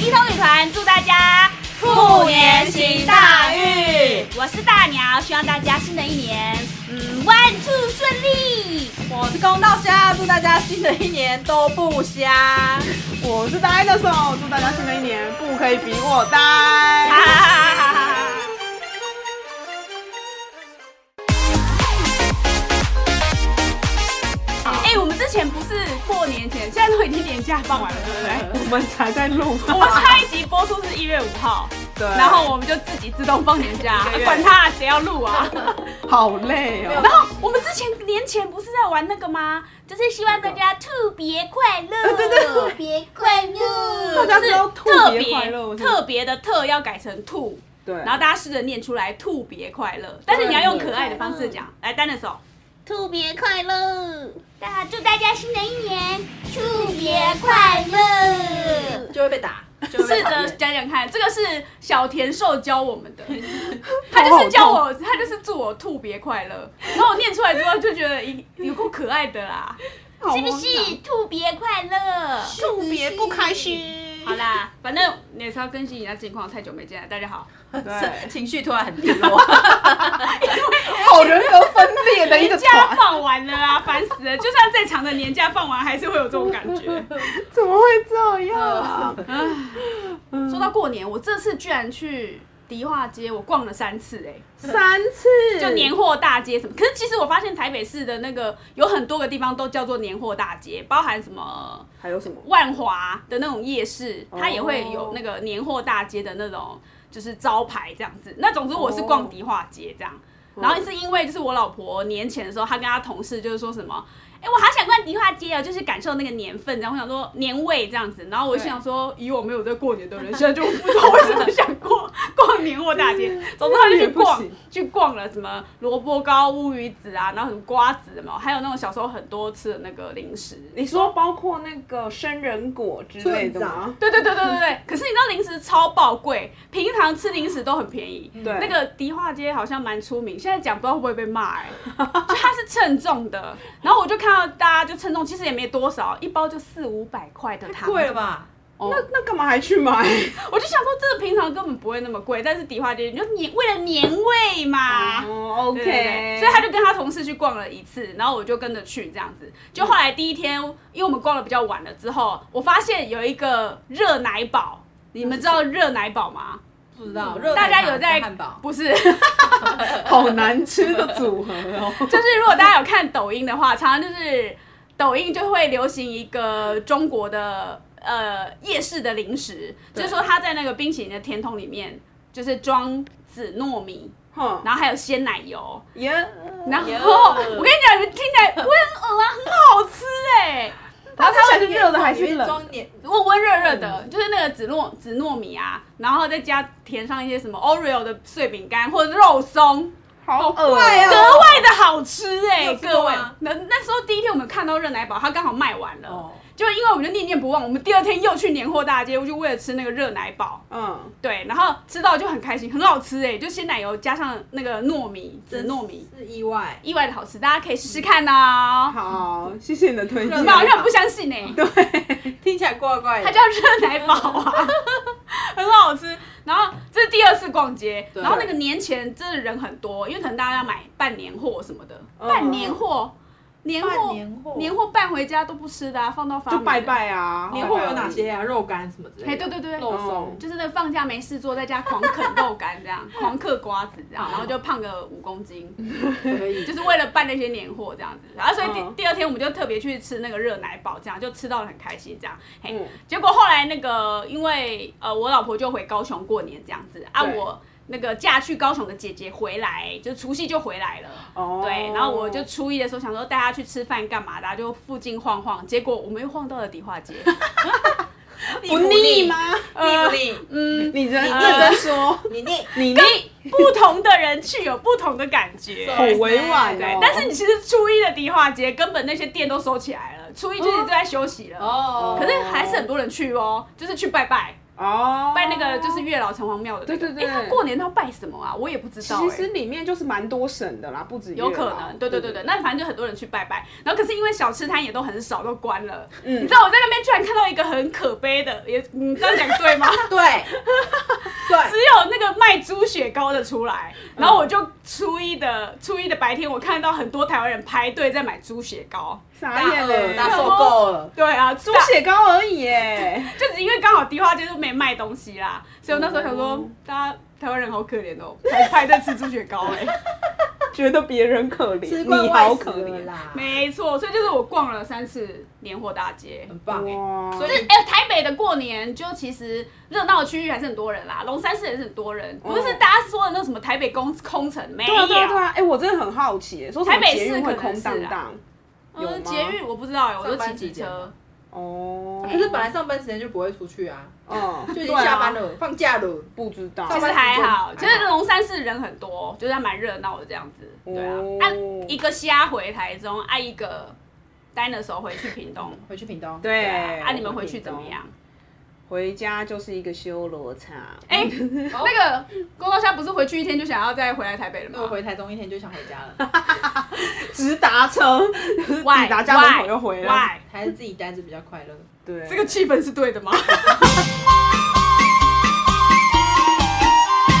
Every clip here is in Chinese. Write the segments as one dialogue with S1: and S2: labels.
S1: 一通女团祝大家
S2: 兔年行大运！
S1: 我是大鸟，希望大家新的一年，嗯，one two 顺利。
S2: 我是公道虾，祝大家新的一年都不瞎。
S3: 我是呆的手，祝大家新的一年不可以比我呆。
S1: 哎、我们之前不是过年前，现在都已经年假放完了，对不对？
S3: 哎我们才在录，
S1: 我们上一集播出是一月五号，
S3: 对，
S1: 然后我们就自己自动放年假，啊
S3: 一个月
S1: 管他谁要录啊！
S3: 好累哦。
S1: 然后我们之前年前不是在玩那个吗？就是希望大家特别快
S3: 哎
S1: 乐，对对特别快乐
S3: 大家知道
S1: 特
S3: 特别快乐是吗
S1: 特别的特要改成兔，
S3: 对，
S1: 然后大家试着念出来特别快乐，但是你要用可爱的方式讲。来，单的手，
S4: 特别快乐，
S1: 大祝大家新的一年特别快乐。
S2: 就会被打，就会
S1: 试
S2: 被打
S1: 着讲讲看，这个是小田寿教我 们的，他就是教我，他就是祝我特别快乐。然后我念出来之后就觉得咦有够可爱的啦，
S3: 好
S1: 是不是特别快乐？
S4: 特别不开心。
S1: 好啦，反正你也是要更新一下近况，太久没见了，大家好。
S2: 是
S3: 对，
S2: 情绪突然很 低落。
S3: 好人格分裂的一个
S1: 年假
S3: 团，
S1: 放完了啦，烦死了！就算再长的年假放完，还是会有这种感觉。
S3: 怎么会这样啊？
S1: 说到过年，我这次居然去迪化街，我逛了三次哎、
S3: 三次，
S1: 就年货大街什么。可是其实我发现台北市的那个有很多个地方都叫做年货大街，包含什么
S3: 还有什么？
S1: 万华的那种夜市，
S3: 哦
S1: 它也会有那个年货大街的那种就是招牌这样子。那总之我是逛迪化街这样。
S3: 哦
S1: 然后是因为就是我老婆年前的时候，她跟她同事就是说什么，哎、我好想逛迪化街哦，就是感受那个年份，然后我想说年味这样子，然后我就想说，以我没有在过年的人，现在就不知道为什么想 逛逛年货大街，总之她就去逛
S3: 那也不行
S1: 去逛了什么萝卜糕、乌鱼子啊，然后什么瓜子嘛，还有那种小时候很多吃的那个零食，
S3: 你说包括那个生人果之类的吗？
S1: 对对对对对对。 可是你知道零食超爆贵，平常吃零食都很便宜。
S3: 对
S1: 那个迪化街好像蛮出名，现在讲不知道会不会被骂哎、 就它是称重的，然后我就看到大家就称重，其实也没多少，一包就四五百块的糖，
S2: 贵了吧？
S1: 哦
S3: 那那干嘛还去买？
S1: 我就想说，这个平常根本不会那么贵，但是迪化街你就年为了年味嘛。
S3: 哦
S1: 对对对，所以他就跟他同事去逛了一次，然后我就跟着去这样子。就后来第一天，因为我们逛的比较晚了之后，我发现有一个热奶堡，你们知道热奶堡吗？
S2: 不知道，热
S1: 大
S2: 奶
S1: 家
S2: 糖
S1: 有在
S2: 跟汉堡？
S1: 不是， 就
S3: 好难吃的组合 哦。
S1: 是如果大家有看抖音的话，常常就是抖音就会流行一个中国的呃夜市的零食，就是说它在那个冰淇淋的甜筒里面就是装紫糯米，
S3: 哼，
S1: 然后还有鲜奶油，
S3: 也
S1: 然后
S2: 耶
S1: 我跟你讲，你们听起来不会很恶啊，很好吃哎、然后它
S3: 它是热的还是
S2: 里面
S3: 冷？
S2: 装年
S1: 温温热热的，
S2: 嗯
S1: 就是那个紫糯紫糯米啊，然后再加填上一些什么 Oreo 的碎饼干或者肉松，
S3: 好恶
S2: 怪哦
S1: 格外的好吃哎、
S2: 有吃
S1: 各
S2: 过
S1: 位
S2: 吗。
S1: 那那时候第一天我们看到热奶堡，它刚好卖完了，
S2: 哦，
S1: 就因为我们就念念不忘，我们第二天又去年货大街，我就为了吃那个热奶堡，
S3: 嗯，
S1: 对，然后吃到就很开心，很好吃哎、就鲜奶油加上那个糯米紫糯米，
S2: 是意外。
S1: 意外的好吃，大家可以试试看哦。
S3: 好，谢谢你的推
S1: 你
S3: 荐
S1: 们。好像不相 信呢、
S2: 听起来怪怪
S1: 它
S2: 的。
S1: 叫热奶堡啊， 很好吃。然后这是第二次逛街，
S2: 对
S1: 然后那个年前真的人很多，因为可能大家要买半年货什么的，
S3: 嗯
S1: 半年货，年货
S2: 半年货
S1: 年货办回家都不吃的、啊，放到发霉
S3: 就拜。拜啊，
S2: 年货有哪些啊？肉干什么之类的。
S1: 哎，对对对，
S2: 肉松
S3: 嗯。
S1: 就是那个放假没事做，在家狂啃肉干这 样，狂嗑瓜子这样，然后就胖个五公斤，
S2: 可 以
S1: 就是为了办那些年货这样子。然后所以第
S3: 嗯
S1: 第二天我们就特别去吃那个热奶堡，这样就吃到得很开心这样。嘿，
S3: 嗯
S1: 结果后来那个，因为呃，我老婆就回高雄过年这样子啊，
S3: 对
S1: 我那个嫁去高雄的姐姐回来，就除夕就回来了。
S3: 哦
S1: 对，然后我就初一的时候想说带她去吃饭干嘛的啊、就附近晃晃，结果我们又晃到了迪化 街。
S3: 不腻吗？
S2: 腻不腻？
S1: 嗯，
S3: 你认
S1: 呃
S3: 认真说，
S2: 你腻。
S3: 你腻
S1: 跟不同的人去有不同的感觉。
S3: 好委婉
S1: 对
S3: 哦，。
S1: 但是你其实初一的迪化街根本那些店都收起来了，初一就是都在休息了。
S2: 哦。
S1: 可是还是很多人去哦，就是去拜拜。
S3: 哦，
S1: 拜那个就是月老城隍庙的那个、
S3: 对对对
S1: 诶他过年他拜什么啊？我也不知道、诶
S3: 其实里面就是蛮多省的啦，不止
S1: 有
S3: 月
S1: 可
S3: 老
S1: 能，对对对对，那反正就很多人去拜拜，然后可是因为小吃摊也都很少，都关了。
S3: 嗯
S1: 你知道我在那边居然看到一个很可悲的，也你这样讲对吗？
S2: 对
S1: 只
S2: 对，
S1: 有那个卖猪血糕的出来，
S3: 嗯
S1: 然后我就初一的初一的白天，我看到很多台湾人排队在买猪血糕。
S3: 傻
S2: 大
S3: 眼欸嘞
S2: 二，大受够了，
S1: 对啊，猪
S3: 猪血糕而已耶，
S1: 就只因为刚好迪化街都没卖东西啦，所以我那时候想说，
S3: 哦
S1: 大家台湾人好可怜哦，排排队吃猪血糕 哎、
S3: 觉得别人可怜，
S2: 吃惯
S3: 你
S2: 外
S3: 好
S2: 食
S3: 可
S2: 了
S3: 怜，啊
S2: 啦，
S1: 没错，所以就是我逛了三次年货大街。
S2: 很棒哎，
S3: 哇，
S1: 所以，哎、台北的过年就其实热闹的区域还是很多人啦，龙山寺也是很多人，不是大家说的那什么台北空空城没有，
S3: 哦对啊对啊对啊，哎，我真的很好奇耶，说什么
S1: 台北
S3: 捷
S1: 市
S3: 运
S1: 可
S3: 会
S1: 能
S3: 空
S1: 是
S3: 荡
S1: 啊
S3: 荡？有吗
S1: 嗯，捷运我不知道哎、我就
S2: 上班
S1: 骑机
S2: 时间
S1: 车
S2: 吧。
S3: 哦，
S2: 可是本来上班时间就不会出去啊，
S3: 嗯，
S2: 就已
S3: 对
S2: 经
S3: 啊
S2: 下班，了，放假了，
S3: 不知道，
S1: 其实
S2: 上班
S1: 还好，
S2: 时
S1: 就
S2: 间还好
S1: 是龙山寺人很多，就是还蛮热闹的这样子。对啊，
S3: 哦
S1: 按、一个虾回台中，按、一个 dinosaur 回去屏东。
S2: 回去屏东，
S3: 对，
S1: 啊，啊你们
S3: 我
S1: 回
S3: 屏
S1: 去怎么
S3: 东
S1: 样？？
S3: 回家就是一个修罗场，
S1: 哎、那个郭高虾不是回去一天就想要再回来台北了
S2: 那我
S1: 吗
S2: 回台中一天就想回家了，
S3: 直达车，抵
S1: ？Why？
S3: 达家门口又回来，
S1: Why？Why？
S2: 还是自己待着比较快乐。
S3: 对，
S1: 这个气氛是对的吗？
S2: 我们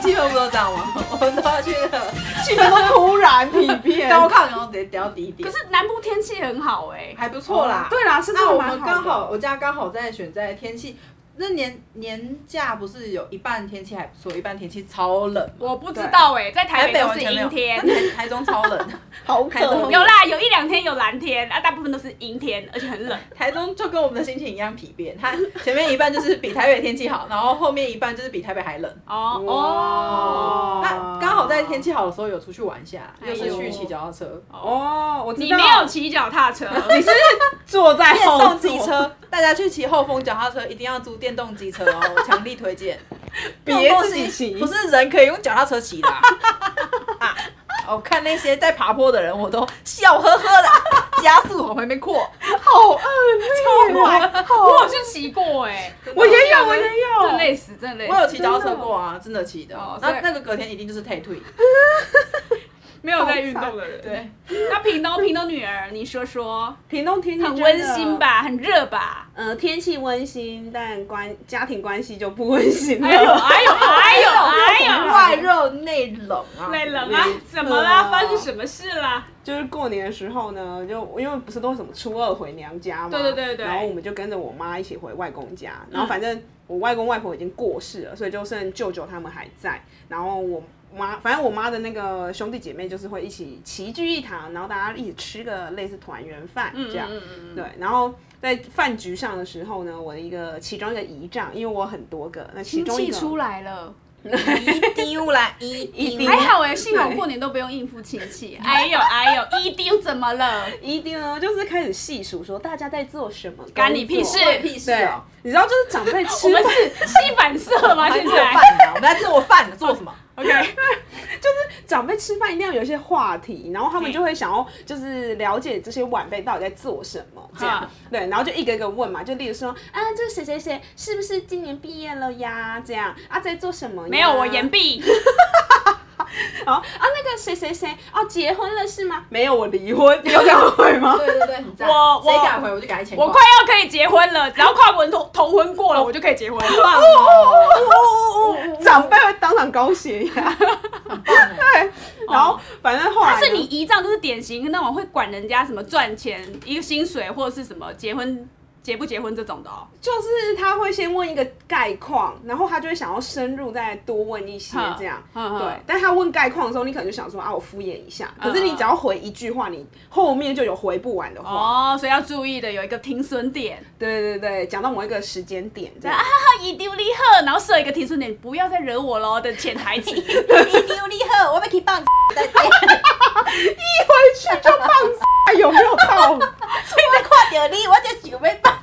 S2: 气氛不都这样吗？ 我们都要去那 个
S3: 气氛都突然疲 变，
S2: 高亢，然后得得要低一 点
S1: 可，是南部天气很好哎、
S2: 还不错啦。
S3: 哦对啦，是真
S2: 那
S3: 的
S2: 我
S3: 蛮
S2: 们
S3: 的
S2: 刚好，我家刚好在选在天气，那年年假不是有一半天气还不错，一半天气超冷。
S1: 我不知道哎、在台
S2: 台
S1: 北
S2: 北
S1: 都
S2: 完
S1: 是
S2: 全没有，
S1: 阴天。
S2: 但台台中超冷，
S3: 好哦可
S2: 台 中
S1: 有啦，有一两天有蓝天，啊，大部分都是阴天，而且很冷。
S2: 台中就跟我们的心情一样疲变。它前面一半就是比台北天气好，然后后面一半就是比台北还冷。
S1: 哦哦，
S3: 哇
S2: 那刚好在天气好的时候有出去玩一下，
S1: 哎
S2: 又
S1: 呦
S2: 是去骑脚踏车，
S3: 哦，我知道
S1: 你没有骑脚踏车，
S3: 你 是坐在
S2: 电
S3: 后
S2: 动
S3: 座
S2: 机，车，大家去骑后风脚踏车一定要租电动机车哦， 我强力推荐。
S3: 别自己骑
S2: 不是人可以用脚踏车骑的 啊。啊我看那些在爬坡的人，我都笑呵呵的，加速往旁边扩。
S3: 好饿， 超快，
S1: 我有去骑过哎、
S3: 我也有，我也
S1: 真
S3: 有，
S1: 累死，真累死。
S2: 我有骑脚踏车过啊，哎真的骑的
S1: 哦。所以
S2: 那那个隔天一定就是退退。
S1: 没有在运动的人。
S2: 对，
S1: 那屏东屏东女儿，你说说，
S3: 屏东天气
S1: 很
S3: 真的
S1: 温馨？吧，很热吧？
S3: 呃，天气温馨，但关家庭关系就不温馨
S1: 哎呦
S3: 了。
S1: 哎呦哎呦哎呦！
S2: 外热内冷啊。
S1: 累了吗？怎么啦？发生什么事啦？
S3: 就是过年的时候呢，就因为不是都什么初二回娘家嘛，
S1: 对对对对嗯
S3: 然后我们就跟着我妈一起回外公家，然后反正我外公外婆已经过世了，所以就剩舅舅他们还在，然后我。妈，反正我妈的那个兄弟姐妹就是会一起齐聚一堂，然后大家一起吃个类似团圆饭这样。
S1: 嗯嗯嗯
S3: 对，然后在饭局上的时候呢，我的一个其中一个姨丈，因为我很多个，那其
S1: 亲
S3: 中一
S1: 戚
S3: 个
S1: 出来了。
S2: 一丢啦，一
S3: 一丢
S1: 还好哎、幸好过年都不用应付亲戚。哎呦哎呦，一丢怎么了？
S3: 一定呢，就是开始细数说大家在做什么，
S1: 干你屁
S3: 工作
S1: 事
S2: 关屁事
S3: 对
S2: 哦。，
S3: 你知道就是长辈吃
S1: 我们
S3: 饭
S1: 是吸反射
S2: 我
S1: 吗？
S2: 们
S1: 现
S2: 做
S1: 在
S2: 饭啊，我们在做饭，做什么？
S1: OK，
S3: 长辈吃饭一定要有一些话题，然后他们就会想要就是了解这些晚辈到底在做什么，这样
S1: 哈
S3: 对，然后就一个一个问嘛，就例如说啊，这谁谁谁是不是今年毕业了呀？这样啊，在做什么呀？
S1: 没有我言毕。
S3: 好啊，那个谁谁谁哦，结婚了是吗？没有我离婚，你有这样回
S1: 哦
S3: 吗？
S2: 对对对，很赞。
S1: 我
S2: 谁
S1: 我
S2: 敢回我就给他一千块。
S1: 我快要可以结婚了，只要跨文同同婚过了，我就可以结婚了。哦
S3: 长辈会当场高血压。 对，然后反正后来
S1: 但欸哦
S3: 呢
S1: 是你姨丈就是典型那种会管人家什么赚钱、一个薪水或者是什么结婚结不结婚这种的哦。
S3: 就是他会先问一个概况，然后他就会想要深入再多问一些这样。
S1: 嗯嗯
S3: 对，但他问概况的时候，你可能就想说啊，我敷衍一下。可是你只要回一句话，你后面就有回不完的话。
S1: 哦，所以要注意的有一个停损点，
S3: 对对对，讲到某一个时间点这
S1: 啊
S3: 样
S1: 哈。哈，一丢立赫，然后设一个停损点，不要再惹我喽的潜台词。
S2: 一丢厉害，我被踢棒子。再见，
S3: 回去就棒死，有没有道理？
S2: 我看到你，我就想要棒。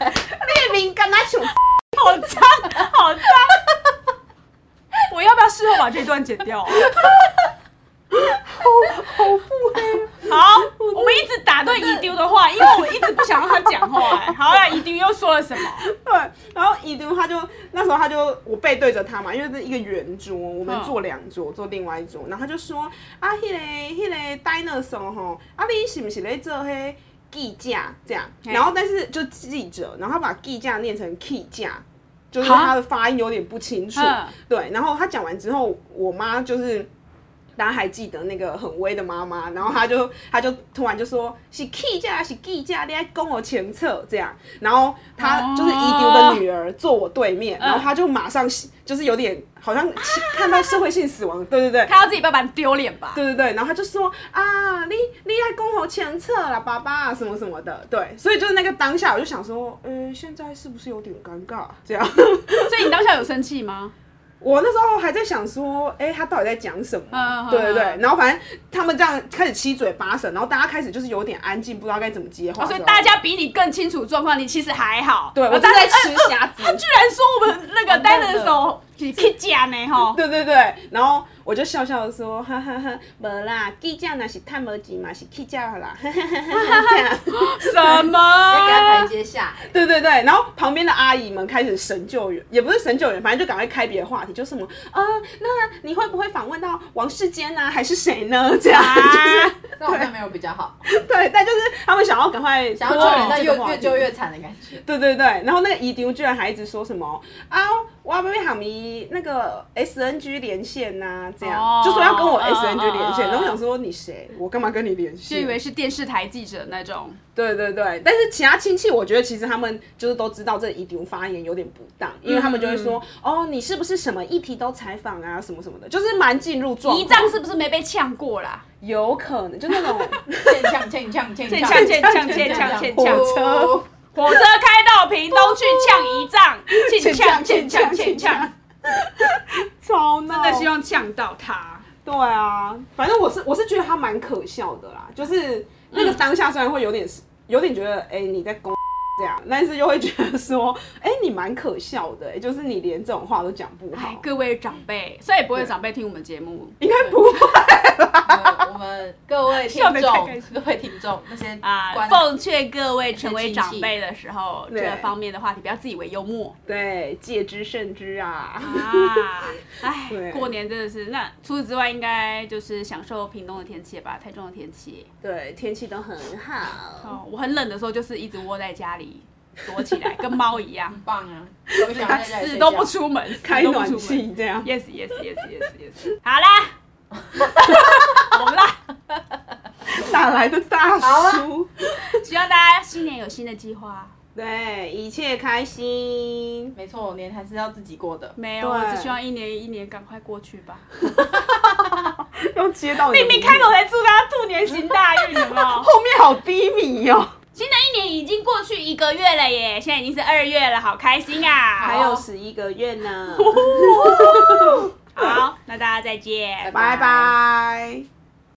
S3: 列明跟他想
S1: 好脏，好脏！ 我要不要事后把这段剪掉啊、
S3: 好好不黑。
S1: 好，我们们一直打断遗丢的话，因为我一直不想让他讲话、哎好啦，遗丢又说了什么？
S3: 对，然后以读他就那时候他就我背对着他嘛，因为是一个圆桌，我们
S1: 嗯
S3: 坐两桌，坐另外一桌，然后他就说啊，迄、个迄、个 dinosaur 吼，啊你是不是在做迄记价这样？
S1: 嘿
S3: 然后但是就记者，然后他把记价念成 key 价，就是他的发音有点不清楚
S1: 嗯。
S3: 对，然后他讲完之后，我妈就是。大家还记得那个很威的妈妈，然后她就她就突然就说是 key 价是 key 价，你还跟我前侧这样，然后她就是遗丢的女儿坐我对面，然后她就马上就是有点好像 看到社会性死亡，对对对，
S1: 他要自己爸爸丢脸吧？
S3: 对对对，然后他就说啊，你你在公侯前侧啦，爸爸什么什么的，对，所以就是那个当下，我就想说，呃，现在是不是有点尴尬？这样，
S1: 所以你当下有生气吗？
S3: 我那时候还在想说，哎、他到底在讲什么？
S1: 嗯嗯嗯
S3: 对对对，
S1: 嗯
S3: 然后反正他们这样开始七嘴八舌，然后大家开始就是有点安静，不知道该怎么接话、
S1: 哦，所以大。家比你更清楚状况，你其实还好。
S3: 对，
S1: 然
S3: 我
S1: 后
S3: 正
S1: 大家
S3: 在吃虾子。
S1: 呃他居然说我们那个单人手是 K 假呢哈，
S3: 对对对，然后我就笑笑的说，哈哈哈，没啦，计价那是探没钱嘛，是计价啦，哈哈哈哈这样。
S1: 什
S2: 要给他台
S1: 么？
S2: 阶下。
S3: 对对对，然后旁边的阿姨们开始神救援，也不是神救援，反正就赶快开别的话题，就什么啊、呃那你会不会访问到王世坚呢、啊，还是谁呢？这样、
S1: 啊
S2: 这好像没有比较好，
S3: 就是对，但就是他们想要赶快
S2: 想要救人，
S3: 脱
S2: 但
S3: 离这
S2: 越
S3: 个话
S2: 越
S3: 题
S2: 救越惨的感觉。
S3: 对对对，然后那个姨丢居然还一直说什么啊，我要被喊迷那个 S N G 连线呐、这样、
S1: 哦
S3: 就说要跟我 S N G 连
S1: 嗯嗯
S3: 线，
S1: 嗯嗯
S3: 然后我想说你谁，我干嘛跟你连
S1: 就
S3: 线？
S1: 以为是电视台记者那种。
S3: 对对对，但是其他亲戚，我觉得其实他们就是都知道这遗丢发言有点不当，因
S1: 嗯
S3: 为他们就会说，哦，你是不是什么议题都采访啊，什么什么的，就是蛮进入状
S1: 姨
S3: 况，
S1: 丈是不是没被 呛过啦？
S3: 有可能就那种
S2: 欠呛欠呛欠
S1: 欠
S2: 呛
S1: 呛欠呛欠呛欠 呛，
S3: 哦
S1: 火车开到屏东去呛姨丈， 欠呛欠呛欠 呛，
S3: 超闹，
S1: 真的希望呛到他。
S3: 对啊，反正我是我是觉得他蛮可笑的啦，就是那个当下虽然会有点有点觉得，哎、你在攻这样，但是又会觉得说，哎、你蛮可笑的、哎就是你连这种话都讲不
S1: 哎
S3: 好，，
S1: 各位长辈，虽然也不会有长辈听我们节目
S3: 应该不会
S2: 我们各位听
S1: 笑得太开
S2: 众，
S1: 心
S2: 各位听众，那些
S1: 啊
S2: 观，
S1: 奉劝各位成为长辈的时候，
S3: 对
S1: 这方面的话题不要自以为幽 默。
S3: 对，戒之慎之啊。
S1: 啊，哎
S3: 对，
S1: 过年真的是，那除此之外，应该就是享受屏东的天气吧，台中的天气。
S3: 对，天气都很好。
S1: 哦，我很冷的时候就是一直窝在家里躲起来，跟猫一样
S2: 很，棒啊，都想在家里
S1: 死
S2: 睡
S1: 都
S2: 觉
S1: 不出门，死
S3: 开
S1: 都不
S3: 暖
S1: 出门。
S3: 气这样，
S1: Yes, yes, yes, yes, yes. 好啦，我们啦，
S3: 哪来的大叔？
S1: 希望大家新年有新的计划。
S3: 对，一切开 心。
S2: 没错，年还是要自己过的。
S1: 没有，
S3: 对
S1: 我只希望一年一年赶快过去吧。
S3: 要接到你
S1: 明
S3: 的
S1: 明开头才祝大家兔年行大运，有没有？
S3: 后面好低迷哦。
S1: 新的一年已经过去一个月了耶，现在已经是二月了，好开心啊！
S3: 还有十一个月 呢，
S1: 好，那大家再见，
S3: 拜拜。